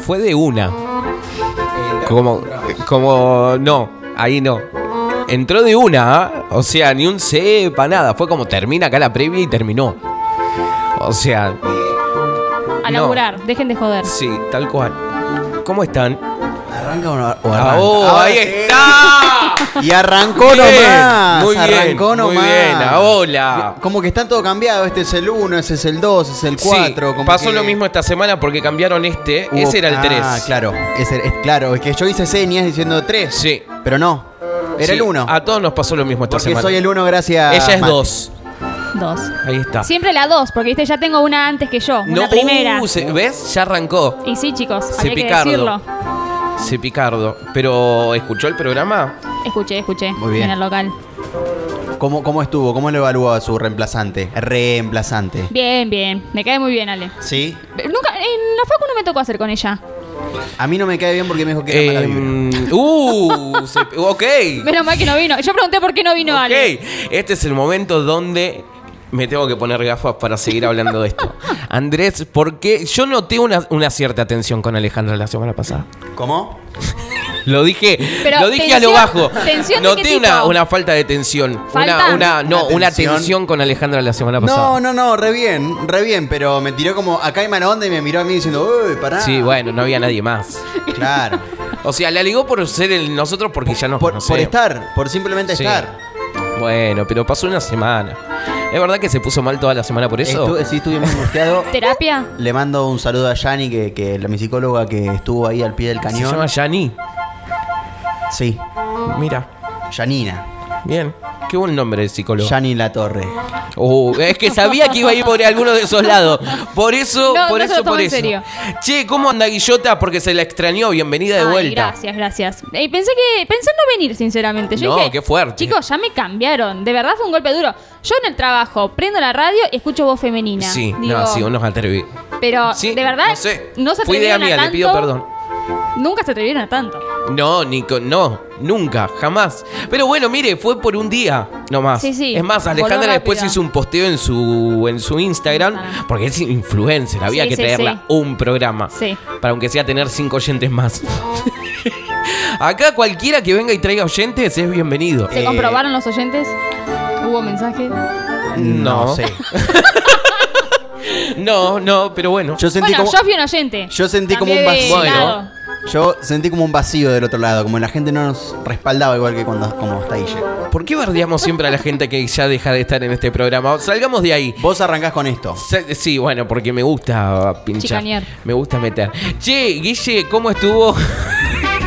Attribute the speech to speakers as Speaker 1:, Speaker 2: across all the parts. Speaker 1: fue de una. Como, como, no, ahí no. Entró de una, ¿ah? o sea, ni un sepa, nada. Fue como termina acá la previa y terminó. O sea,
Speaker 2: A
Speaker 1: No.
Speaker 2: laburar, dejen de joder.
Speaker 1: sí, tal cual. ¿Cómo están?
Speaker 3: ¿Arranca o no? o
Speaker 1: Ah,
Speaker 3: arranca?
Speaker 1: oh,
Speaker 3: Ahora
Speaker 1: ahí
Speaker 3: sí.
Speaker 1: está.
Speaker 3: Y arrancó
Speaker 1: Bien,
Speaker 3: nomás.
Speaker 1: muy bien,
Speaker 3: Arrancó
Speaker 1: muy
Speaker 3: nomás.
Speaker 1: bien, Ah, hola.
Speaker 3: Como que están todo cambiado. Este es el 1, ese es el 2, es el 4.
Speaker 1: Sí, pasó lo mismo esta semana porque cambiaron este. Ese era el 3.
Speaker 3: Ah, claro. Ese, es, claro, es que yo hice señas diciendo 3.
Speaker 1: Sí.
Speaker 3: Pero no. Era
Speaker 1: Sí,
Speaker 3: el 1.
Speaker 1: A todos nos pasó lo mismo esta
Speaker 3: Porque
Speaker 1: semana.
Speaker 3: soy el 1 gracias
Speaker 1: Ella es
Speaker 3: Mati.
Speaker 1: 2.
Speaker 2: Dos.
Speaker 1: Ahí está.
Speaker 2: Siempre la dos, porque viste, ya tengo una antes que yo, una primera.
Speaker 1: Ah. uh, se- ¿Ves? Ya arrancó.
Speaker 2: Y sí, chicos,
Speaker 1: Se
Speaker 2: había que
Speaker 1: picardo.
Speaker 2: decirlo.
Speaker 1: Se picardo. Pero, ¿escuchó el programa?
Speaker 2: Escuché, escuché.
Speaker 3: Muy bien.
Speaker 2: En el local.
Speaker 3: ¿Cómo, ¿Cómo estuvo? ¿Cómo lo evaluó a su reemplazante? Reemplazante.
Speaker 2: Bien, bien. Me cae muy bien, Ale. Eh,
Speaker 3: ¿Sí?
Speaker 2: Nunca, en la facu no me tocó hacer con ella.
Speaker 3: A mí no me cae bien porque me dijo que era mala vibra.
Speaker 1: Em, uh, se- ok.
Speaker 2: Menos mal que no vino. Yo pregunté por qué no vino
Speaker 1: ok.
Speaker 2: Ale.
Speaker 1: Este es el momento donde me tengo que poner gafas para seguir hablando de esto. Andrés, ¿por qué? Yo noté una, una cierta tensión con Alejandra la semana pasada.
Speaker 3: ¿Cómo?
Speaker 1: Lo dije,
Speaker 2: Pero
Speaker 1: lo dije a lo
Speaker 2: tensión-
Speaker 1: bajo.
Speaker 2: ¿tensión de
Speaker 1: Noté
Speaker 2: qué
Speaker 1: una,
Speaker 2: tipo?
Speaker 1: una falta de tensión.
Speaker 2: ¿Falta?
Speaker 1: Una, una, no,
Speaker 3: Una
Speaker 1: una
Speaker 3: tensión.
Speaker 1: tensión con Alejandra la semana pasada.
Speaker 3: No, no, no, re bien, re bien, pero me tiró como acá hay mala onda y me miró a mí diciendo, uy, pará.
Speaker 1: Sí, bueno, no había nadie más.
Speaker 3: Claro.
Speaker 1: O sea, le alegó por ser el nosotros porque ya nos
Speaker 3: Por,
Speaker 1: conocemos.
Speaker 3: por estar, por simplemente
Speaker 1: Sí.
Speaker 3: estar.
Speaker 1: Bueno, pero pasó una semana. ¿Es verdad que se puso mal toda la semana por eso?
Speaker 3: Estu- sí, estuve muy angustiado.
Speaker 2: ¿Terapia?
Speaker 3: Le mando un saludo a Yani, que, que la, mi psicóloga que estuvo ahí al pie del
Speaker 1: Se llama
Speaker 3: cañón.
Speaker 1: Yani.
Speaker 3: Sí,
Speaker 1: Mira,
Speaker 3: Yanina.
Speaker 1: bien. Qué buen nombre de psicólogo.
Speaker 3: Yani La Torre.
Speaker 1: Uh, es que sabía que iba a ir por alguno de esos lados. Por eso,
Speaker 2: No,
Speaker 1: por
Speaker 2: no se
Speaker 1: eso,
Speaker 2: lo
Speaker 1: por
Speaker 2: toma en
Speaker 1: eso.
Speaker 2: serio.
Speaker 1: Che, ¿cómo anda Guillota? Porque se la extrañó. Bienvenida de
Speaker 2: Ay,
Speaker 1: vuelta.
Speaker 2: Gracias, gracias. Eh, pensé que pensé en no venir, sinceramente. Yo
Speaker 1: No,
Speaker 2: dije,
Speaker 1: qué fuerte.
Speaker 2: Chicos, ya me cambiaron. De verdad fue un golpe duro. Yo en el trabajo prendo la radio y escucho voz femenina.
Speaker 1: Sí,
Speaker 2: Digo,
Speaker 1: no, sí, unos atreví.
Speaker 2: Pero
Speaker 1: Sí,
Speaker 2: de verdad
Speaker 1: no sé.
Speaker 2: no se
Speaker 1: Fue idea
Speaker 2: atrevieron a
Speaker 1: mía, le
Speaker 2: tanto.
Speaker 1: pido perdón.
Speaker 2: Nunca se atrevieron a tanto.
Speaker 1: No, Nico, no, nunca, jamás. Pero bueno, mire, fue por un día nomás.
Speaker 2: Sí, sí,
Speaker 1: Es más,
Speaker 2: voló
Speaker 1: Alejandra después
Speaker 2: rápido.
Speaker 1: hizo un posteo en su en su Instagram,
Speaker 2: Instagram.
Speaker 1: porque es influencer, había
Speaker 2: Sí,
Speaker 1: que
Speaker 2: sí,
Speaker 1: traerla
Speaker 2: sí.
Speaker 1: un programa.
Speaker 2: Sí.
Speaker 1: Para aunque sea tener cinco oyentes más. Acá cualquiera que venga y traiga oyentes es bienvenido.
Speaker 2: ¿Se
Speaker 3: Eh,
Speaker 2: comprobaron los oyentes? ¿Hubo mensaje?
Speaker 1: No.
Speaker 3: sé.
Speaker 1: No, no, pero bueno.
Speaker 3: Yo sentí
Speaker 2: Bueno,
Speaker 3: como.
Speaker 2: yo fui un oyente.
Speaker 3: Yo sentí como
Speaker 2: Cambié
Speaker 3: un
Speaker 2: de
Speaker 3: vacío.
Speaker 2: lado.
Speaker 3: Yo sentí como un vacío del otro lado, como la gente no nos respaldaba igual que cuando como está Guille.
Speaker 1: ¿Por qué bardeamos siempre a la gente que ya deja de estar en este programa? Salgamos de ahí.
Speaker 3: Vos arrancás con esto.
Speaker 1: Se- Sí, bueno, porque me gusta pinchar.
Speaker 2: Chicanear.
Speaker 1: Me gusta meter. Che, Guille, ¿cómo estuvo?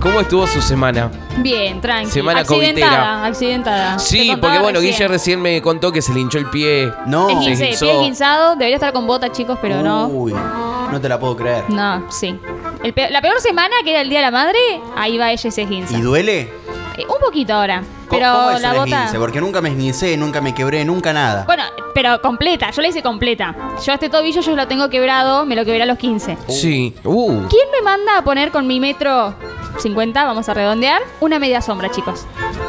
Speaker 1: ¿Cómo estuvo su semana?
Speaker 2: Bien, tranqui.
Speaker 1: Semana
Speaker 2: accidentada,
Speaker 1: covidera.
Speaker 2: accidentada. Te
Speaker 1: Sí,
Speaker 2: contaba
Speaker 1: porque bueno,
Speaker 2: recién.
Speaker 1: Guille recién me contó que se le hinchó el pie.
Speaker 3: No.
Speaker 1: se
Speaker 2: Es
Speaker 1: Uh.
Speaker 2: guince,
Speaker 1: esguinzó.
Speaker 2: pie guinzado, debería estar con bota, chicos, pero no.
Speaker 3: Uy, no te la puedo creer.
Speaker 2: No, sí. El pe- la peor semana, que era el Día de la Madre, ahí va ella y se esguinza.
Speaker 3: ¿Y duele?
Speaker 2: Eh, un poquito ahora,
Speaker 3: ¿Cómo-
Speaker 2: pero
Speaker 3: ¿Cómo es
Speaker 2: la
Speaker 3: el
Speaker 2: bota...
Speaker 3: esguince? Porque nunca me esguincé, nunca me quebré, nunca nada.
Speaker 2: Bueno, pero completa, yo la hice completa. Yo este tobillo yo lo tengo quebrado, me lo quebré a los 15.
Speaker 1: Sí. Uh.
Speaker 2: ¿Quién me manda a poner con mi metro 50, vamos a redondear, una media sombra, chicos?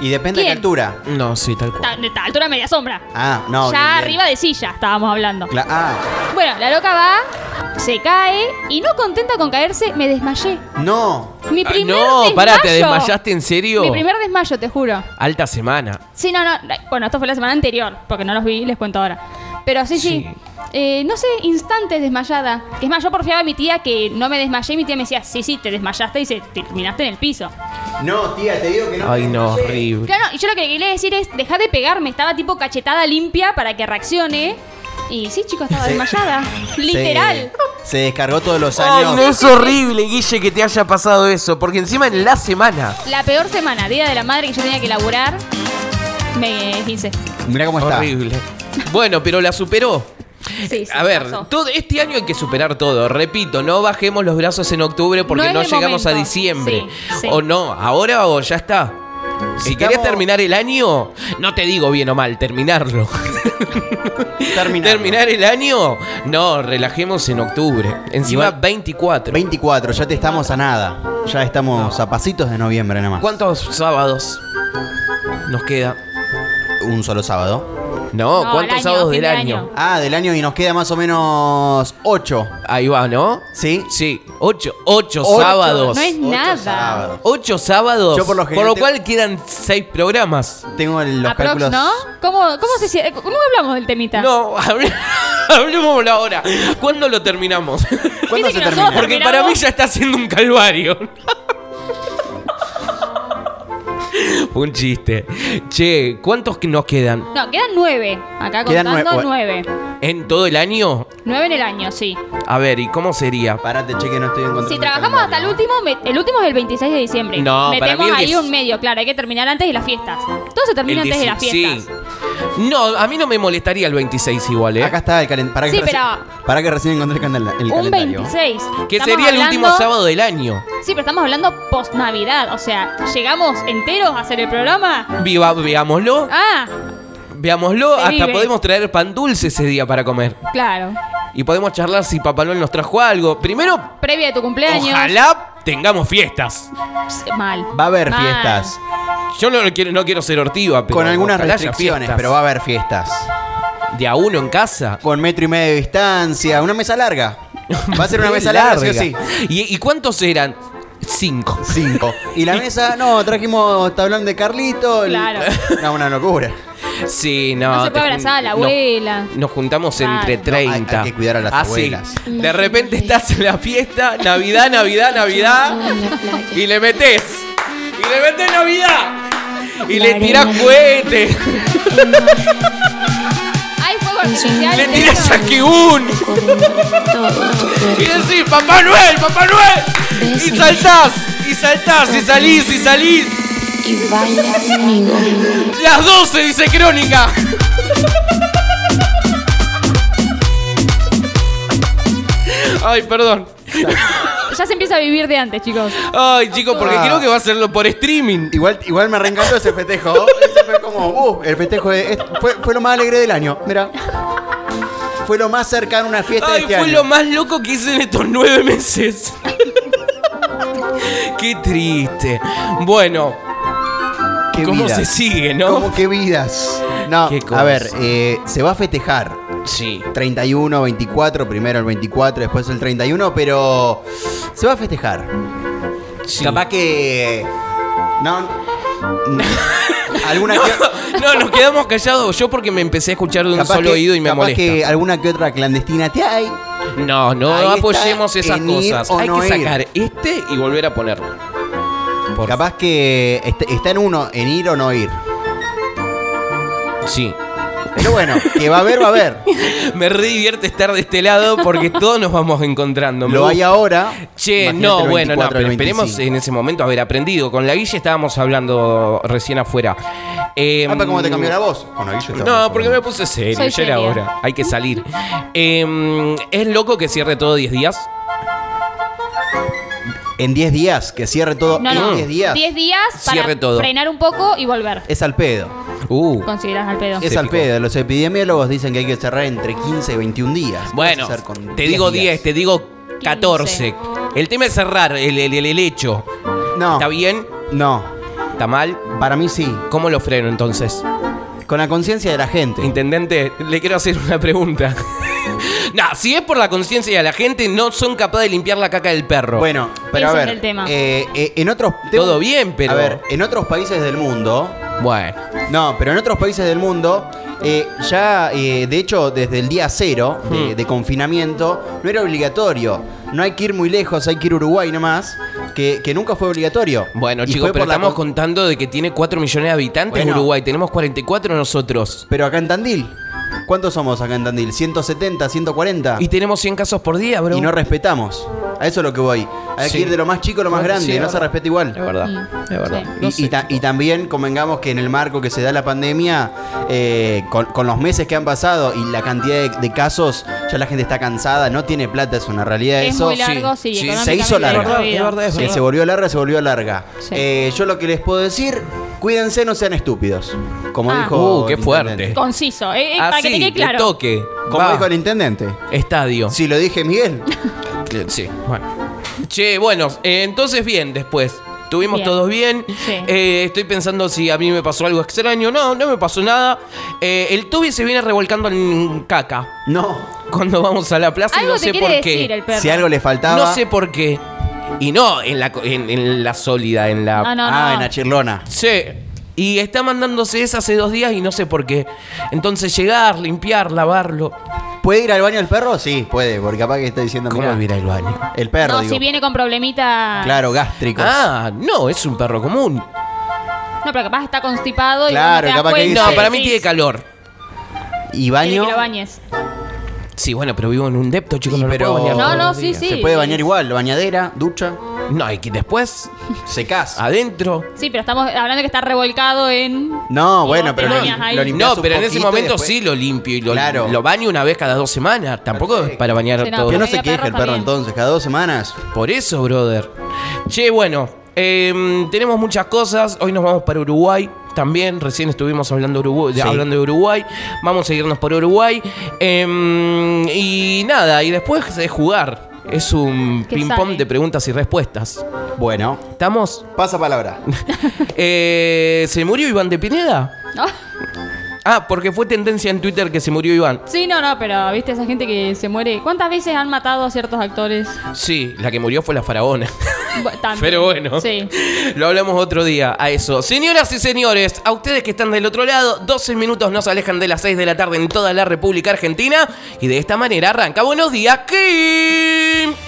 Speaker 3: Y depende de
Speaker 2: ¿Quién?
Speaker 3: la altura.
Speaker 1: No, sí, tal cual.
Speaker 2: Ta- De ta- altura media sombra.
Speaker 3: Ah, no.
Speaker 2: ya
Speaker 3: bien, bien.
Speaker 2: arriba de silla estábamos hablando.
Speaker 3: Cla- ah,
Speaker 2: Bueno, la loca va, se cae y no contenta con caerse, me desmayé.
Speaker 3: no.
Speaker 2: Mi
Speaker 1: Ah,
Speaker 2: primer
Speaker 1: no,
Speaker 2: desmayo.
Speaker 1: pará, ¿te desmayaste en serio?
Speaker 2: Mi primer desmayo, te juro.
Speaker 1: Alta semana.
Speaker 2: Sí, no, no. Bueno, esto fue la semana anterior, porque no los vi, les cuento ahora. Pero sí, sí.
Speaker 1: Sí.
Speaker 2: Eh, no sé, instantes desmayada. Que es más, yo porfiaba a mi tía que no me desmayé y mi tía me decía, sí, sí, te desmayaste y se, te terminaste en el piso.
Speaker 3: No, tía, te digo que no.
Speaker 1: Ay, no, horrible.
Speaker 2: Claro, y yo lo que quería decir es, dejá de pegarme. Estaba tipo cachetada limpia para que reaccione. Y sí, chicos, estaba desmayada. Literal.
Speaker 3: Se, se descargó todos los
Speaker 1: Ay,
Speaker 3: años.
Speaker 1: no es horrible, Guille, que te haya pasado eso. Porque encima en la semana.
Speaker 2: La peor semana, día de la madre que yo tenía que laburar, me hice.
Speaker 3: Mirá cómo está.
Speaker 1: Horrible. Bueno, pero la superó.
Speaker 2: Sí, sí,
Speaker 1: Eh, A ver,
Speaker 2: pasó.
Speaker 1: todo, este año hay que superar todo. Repito, no bajemos los brazos en octubre porque
Speaker 2: No es
Speaker 1: no,
Speaker 2: el
Speaker 1: llegamos a
Speaker 2: momento.
Speaker 1: diciembre.
Speaker 2: Sí, sí.
Speaker 1: O no, ahora o ya está. Si
Speaker 3: Estamos-
Speaker 1: querés terminar el año, no te digo bien o mal, terminarlo.
Speaker 3: Terminado.
Speaker 1: Terminar el año, no, relajemos en octubre. Encima
Speaker 3: Igual-
Speaker 1: 24.
Speaker 3: 24, ya te estamos a nada. Ya estamos a pasitos de noviembre nada más.
Speaker 1: ¿Cuántos sábados nos queda?
Speaker 3: Un solo sábado.
Speaker 1: No,
Speaker 2: No,
Speaker 1: ¿cuántos
Speaker 2: al año,
Speaker 1: sábados del
Speaker 2: fin de
Speaker 1: año?
Speaker 2: año.
Speaker 3: Ah, del año y nos queda más o menos 8.
Speaker 1: Ahí va, ¿no?
Speaker 3: ¿Sí?
Speaker 1: Sí, ocho, ocho
Speaker 3: Ocho.
Speaker 1: sábados.
Speaker 2: No es nada.
Speaker 1: Ocho sábados.
Speaker 3: Yo por lo general te-
Speaker 1: cual quedan seis programas.
Speaker 3: Tengo el- los
Speaker 2: Aprox,
Speaker 3: cálculos.
Speaker 2: ¿no? ¿Cómo, cómo se siente? ¿Cómo hablamos del temita?
Speaker 1: No, hable- hablemos ahora. ¿Cuándo lo terminamos?
Speaker 3: ¿Cuándo se
Speaker 2: que
Speaker 3: termina?
Speaker 2: nosotros-
Speaker 1: Porque para mí ya está siendo un calvario. un chiste. Che, ¿cuántos que nos quedan?
Speaker 2: No, quedan nueve. Acá
Speaker 3: Quedan
Speaker 2: contando
Speaker 3: nueve.
Speaker 2: nueve.
Speaker 1: ¿En todo el año?
Speaker 2: Nueve en el año, sí.
Speaker 1: A ver, ¿y cómo sería?
Speaker 3: Parate, cheque, no estoy encontrando.
Speaker 2: Si trabajamos hasta el último, me- el último es el 26 de diciembre.
Speaker 1: No, para
Speaker 2: Metemos
Speaker 1: mí el
Speaker 2: ahí
Speaker 1: diez-
Speaker 2: un medio, claro, hay que terminar antes de las fiestas. Todo se termina
Speaker 1: El
Speaker 2: antes de las
Speaker 1: 16.
Speaker 2: fiestas.
Speaker 1: Sí. No, a mí no me molestaría el 26 igual, ¿eh?
Speaker 3: Acá está el calendario. Para que
Speaker 2: Sí,
Speaker 3: reci-
Speaker 2: pero-
Speaker 3: Para que recién encontré el, candela- el
Speaker 2: Un
Speaker 3: calendario.
Speaker 2: 26.
Speaker 1: que
Speaker 2: Estamos
Speaker 1: sería el último
Speaker 2: hablando-
Speaker 1: sábado del año.
Speaker 2: Sí, pero estamos hablando post Navidad. O sea, ¿llegamos enteros a hacer el programa?
Speaker 1: Viva, veámoslo.
Speaker 2: Ah,
Speaker 1: Veámoslo.
Speaker 2: Se
Speaker 1: Hasta
Speaker 2: vive.
Speaker 1: podemos traer pan dulce ese día para comer.
Speaker 2: claro.
Speaker 1: Y podemos charlar si Papá Noel nos trajo algo. Primero,
Speaker 2: Previa de tu cumpleaños.
Speaker 1: ojalá tengamos fiestas.
Speaker 2: Pss, Mal.
Speaker 3: Va a haber
Speaker 2: Mal.
Speaker 3: fiestas.
Speaker 1: Yo no lo quiero, no quiero ser ortiva, pero
Speaker 3: con algunas
Speaker 1: ojalá haya
Speaker 3: restricciones,
Speaker 1: fiestas.
Speaker 3: pero va a haber fiestas.
Speaker 1: de a uno en casa.
Speaker 3: Con metro y medio de distancia. Una mesa larga. Va a ser una
Speaker 1: Qué
Speaker 3: mesa larga, sí o
Speaker 1: larga.
Speaker 3: sí.
Speaker 1: ¿Y, y cuántos eran? Cinco.
Speaker 3: Cinco. Y la mesa, no, trajimos tablón de Carlito. el-
Speaker 2: Claro.
Speaker 3: No, una locura.
Speaker 1: Sí, no.
Speaker 2: No se puede
Speaker 1: te jun-
Speaker 2: abrazar a la
Speaker 1: no.
Speaker 2: abuela.
Speaker 1: Nos juntamos
Speaker 2: Claro.
Speaker 1: entre
Speaker 2: No,
Speaker 3: hay-
Speaker 1: 30.
Speaker 3: hay que cuidar a las
Speaker 1: Ah, sí.
Speaker 3: abuelas.
Speaker 1: De repente estás en la fiesta, Navidad, Navidad, Navidad. Y le metes. Y le metes Navidad. Y le tirás cohetes.
Speaker 2: Hay fuego artificial.
Speaker 1: Le
Speaker 2: en
Speaker 1: tirás
Speaker 2: eso.
Speaker 1: Shakiun. Y decís, Papá Noel, Papá Noel. Y saltás. Y saltás. Y salís. Y salís.
Speaker 4: Y baila conmigo.
Speaker 1: Las 12, dice Crónica. Ay, perdón.
Speaker 2: Ya se empieza a vivir de antes, chicos.
Speaker 1: Ay, chicos, porque
Speaker 3: Ah.
Speaker 1: creo que va a hacerlo por streaming.
Speaker 3: Igual, igual me reencantó ese festejo. Ese fue como, uh, el festejo de- es- fue, fue lo más alegre del año. Mira. Fue lo más cercano a una fiesta de
Speaker 1: Ay,
Speaker 3: este
Speaker 1: fue
Speaker 3: año.
Speaker 1: lo más loco que hice en estos nueve meses. Qué triste. Bueno,
Speaker 3: Qué
Speaker 1: ¿cómo
Speaker 3: vidas.
Speaker 1: se sigue, no?
Speaker 3: ¿Cómo qué vidas? No,
Speaker 1: Qué
Speaker 3: a
Speaker 1: cosas.
Speaker 3: ver, eh, se va a festejar
Speaker 1: Sí.
Speaker 3: 31, 24, primero el 24, después el 31, pero se va a festejar.
Speaker 1: sí.
Speaker 3: Capaz que. No. no. alguna que,
Speaker 1: No, nos quedamos callados. Yo porque me empecé a escuchar de un
Speaker 3: capaz
Speaker 1: solo
Speaker 3: que-
Speaker 1: oído y me
Speaker 3: capaz
Speaker 1: molesta.
Speaker 3: que alguna que otra clandestina te hay.
Speaker 1: No, no
Speaker 3: Ahí está
Speaker 1: apoyemos esas
Speaker 3: en ir
Speaker 1: cosas.
Speaker 3: o
Speaker 1: Hay
Speaker 3: no
Speaker 1: que
Speaker 3: ir.
Speaker 1: sacar este y volver a ponerlo. Por
Speaker 3: Capaz que est- está en uno, en ir o no ir.
Speaker 1: fa- Sí.
Speaker 3: Pero bueno, que va a haber, va a haber.
Speaker 1: Me re divierte estar de este lado porque todos nos vamos encontrando. Me
Speaker 3: Lo
Speaker 1: gusta.
Speaker 3: hay ahora.
Speaker 1: Che,
Speaker 3: imagínate
Speaker 1: no,
Speaker 3: el
Speaker 1: bueno, no,
Speaker 3: 24,
Speaker 1: pero
Speaker 3: el
Speaker 1: esperemos
Speaker 3: 25.
Speaker 1: en ese momento haber aprendido. Con la Guille estábamos hablando recién afuera. Eh,
Speaker 3: Ah, pero ¿Cómo te cambió la voz? Bueno, ahí yo estaba-
Speaker 1: No, porque me puse serio,
Speaker 2: Soy
Speaker 1: ya era
Speaker 2: seria.
Speaker 1: hora. Hay que salir. Eh, ¿Es loco que cierre todo 10 días?
Speaker 3: En 10 días, que cierre todo.
Speaker 2: No,
Speaker 3: en
Speaker 2: no.
Speaker 3: 10 días.
Speaker 2: Diez días para
Speaker 1: Cierre todo.
Speaker 2: frenar un poco y volver.
Speaker 3: Es al pedo.
Speaker 1: Uh.
Speaker 2: Consideras al pedo.
Speaker 1: Se
Speaker 3: Es al
Speaker 1: picó.
Speaker 3: pedo. Los epidemiólogos dicen que hay que cerrar entre 15 y 21 días.
Speaker 1: Bueno,
Speaker 3: Vas a hacer con
Speaker 1: te digo 10,
Speaker 3: días?
Speaker 1: te digo 14. El tema es cerrar el, el- el- el hecho.
Speaker 3: No.
Speaker 1: ¿Está bien?
Speaker 3: No.
Speaker 1: ¿Está mal?
Speaker 3: Para mí sí.
Speaker 1: ¿Cómo lo freno entonces?
Speaker 3: Con la conciencia de la gente.
Speaker 1: Intendente, le quiero hacer una pregunta. nah, si es por la conciencia de la gente, no son capaces de limpiar la caca del perro.
Speaker 3: Bueno, pero a
Speaker 2: Ese es
Speaker 3: ver.
Speaker 2: el tema.
Speaker 3: eh, eh, en otros.
Speaker 1: Todo bien, pero-
Speaker 3: A ver, en otros países del mundo.
Speaker 1: Bueno.
Speaker 3: No, pero en otros países del mundo. eh, ya, eh, de hecho, desde el día cero de,
Speaker 1: Hmm.
Speaker 3: de confinamiento, no era obligatorio. No hay que ir muy lejos, hay que ir a Uruguay nomás, que, que nunca fue obligatorio.
Speaker 1: Bueno,
Speaker 3: Y
Speaker 1: chicos,
Speaker 3: fue
Speaker 1: pero
Speaker 3: por la
Speaker 1: estamos
Speaker 3: con-
Speaker 1: contando de que tiene 4 millones de habitantes en
Speaker 3: Bueno.
Speaker 1: Uruguay. Tenemos 44 nosotros.
Speaker 3: Pero acá en Tandil, ¿cuántos somos acá en Tandil? ¿170, 140?
Speaker 1: Y tenemos 100 casos por día, bro.
Speaker 3: Ah. y no respetamos. A eso es lo que voy. Hay
Speaker 1: Sí.
Speaker 3: que ir de lo más chico a lo más
Speaker 1: Bueno,
Speaker 3: grande,
Speaker 1: sí,
Speaker 3: no
Speaker 1: es
Speaker 3: se
Speaker 1: verdad.
Speaker 3: respeta
Speaker 1: Es
Speaker 3: igual.
Speaker 1: verdad,
Speaker 2: Sí.
Speaker 1: es verdad.
Speaker 2: Sí.
Speaker 3: Y, y ta- y también convengamos que en el marco que se da la pandemia, eh, con, con los meses que han pasado y la cantidad de, de casos, ya la gente está cansada, no tiene plata, es una realidad
Speaker 2: es
Speaker 3: eso.
Speaker 2: muy largo,
Speaker 1: sí,
Speaker 2: sí.
Speaker 1: sí.
Speaker 2: económicamente
Speaker 3: Se hizo larga.
Speaker 2: es jodido.
Speaker 1: Es verdad, es
Speaker 3: Sí,
Speaker 1: verdad.
Speaker 3: se volvió larga, se volvió larga.
Speaker 2: Sí.
Speaker 3: Eh, yo lo que les puedo decir, cuídense, no sean estúpidos. Como
Speaker 2: Ah.
Speaker 3: dijo.
Speaker 1: Uh, qué
Speaker 3: el
Speaker 1: fuerte.
Speaker 3: intendente.
Speaker 2: Conciso. eh, eh, para
Speaker 1: Así,
Speaker 2: que te
Speaker 1: que
Speaker 2: quede claro.
Speaker 1: toque.
Speaker 3: Como
Speaker 1: Va.
Speaker 3: dijo el intendente.
Speaker 1: Estadio.
Speaker 3: Si lo dije Miguel.
Speaker 1: Sí, bueno. Che, bueno, eh, entonces bien, después. Estuvimos
Speaker 2: Bien.
Speaker 1: todos bien.
Speaker 2: Sí.
Speaker 1: Eh, estoy pensando si a mí me pasó algo extraño. No, no me pasó nada. Eh, el Toby se viene revolcando en caca
Speaker 3: No.
Speaker 1: cuando vamos a la plaza y
Speaker 2: Algo
Speaker 1: no
Speaker 2: te
Speaker 1: sé por
Speaker 2: quiere
Speaker 1: qué.
Speaker 2: decir el perro.
Speaker 3: Si algo le faltaba.
Speaker 1: No sé por qué. Y no en la, co- en, en la sólida, en la...
Speaker 2: No, no,
Speaker 3: ah,
Speaker 2: no.
Speaker 3: en la chirlona.
Speaker 1: Sí. Y está mandándose esa hace dos días y no sé por qué. Entonces llegar, limpiar, lavarlo.
Speaker 3: ¿Puede ir al baño el perro? Sí, puede, porque capaz que está diciendo.
Speaker 1: ¿Cómo
Speaker 3: mirá,
Speaker 1: ir al baño?
Speaker 3: El perro,
Speaker 2: no,
Speaker 3: digo.
Speaker 2: si viene con problemita.
Speaker 3: Claro, gástricos.
Speaker 1: Ah, no, es un perro común.
Speaker 2: No, pero capaz está constipado
Speaker 3: Claro,
Speaker 2: y vos no te das
Speaker 3: capaz que
Speaker 2: cuenta.
Speaker 1: No,
Speaker 3: Sí,
Speaker 1: para mí
Speaker 2: Sí,
Speaker 1: tiene calor.
Speaker 3: ¿Y
Speaker 2: quiere que
Speaker 3: baño?
Speaker 2: lo bañes.
Speaker 1: Sí, bueno, pero vivo en un depto, chicos,
Speaker 3: Y
Speaker 1: no lo
Speaker 3: pero-
Speaker 1: puedo bañar
Speaker 2: No,
Speaker 1: todos
Speaker 2: no,
Speaker 1: los
Speaker 2: sí,
Speaker 1: días.
Speaker 2: sí. Mm.
Speaker 3: Se puede bañar igual, bañadera, ducha,
Speaker 1: No, y que después,
Speaker 3: secás.
Speaker 1: Ah. adentro.
Speaker 2: Sí, pero estamos hablando que está revolcado en.
Speaker 3: No,
Speaker 2: Y
Speaker 3: bueno,
Speaker 2: vos
Speaker 3: pero
Speaker 2: te
Speaker 3: lo,
Speaker 2: bañas ahí.
Speaker 3: lo limpiás
Speaker 1: No,
Speaker 3: un
Speaker 1: pero en ese
Speaker 3: poquito y
Speaker 1: momento
Speaker 3: después-
Speaker 1: sí lo limpio y lo,
Speaker 3: Claro.
Speaker 1: lo baño una vez cada dos semanas. Tampoco es
Speaker 3: Perfecto.
Speaker 1: para bañar
Speaker 2: Sí, no,
Speaker 1: todo.
Speaker 3: Que no
Speaker 2: Medio
Speaker 3: se queje el
Speaker 2: perro
Speaker 3: perro
Speaker 2: también.
Speaker 3: entonces, cada dos semanas.
Speaker 1: Por eso, brother. Che, bueno, em, tenemos muchas cosas. Hoy nos vamos para Uruguay también. Recién estuvimos hablando, Urugu- de-
Speaker 3: Sí.
Speaker 1: hablando de Uruguay. Vamos a irnos por Uruguay. Em, y nada, y después es jugar. Es un
Speaker 2: ¿Qué
Speaker 1: ping-pong
Speaker 2: sale?
Speaker 1: de preguntas y respuestas.
Speaker 3: Bueno,
Speaker 1: ¿Estamos?
Speaker 3: pasa palabra.
Speaker 1: Eh, ¿Se murió Iván de Pineda?
Speaker 2: ¿no?
Speaker 1: Ah, porque fue tendencia en Twitter que se murió Iván.
Speaker 2: Sí, no, no, pero viste esa gente que se muere. ¿Cuántas veces han matado a ciertos actores?
Speaker 1: Sí, la que murió fue la faraona.
Speaker 2: Bu- también.
Speaker 1: Pero bueno,
Speaker 2: Sí.
Speaker 1: lo hablamos otro día a eso. Señoras y señores, a ustedes que están del otro lado, 12 minutos nos alejan de las 6 de la tarde en toda la República Argentina. Y de esta manera arranca. Buenos días, Kim.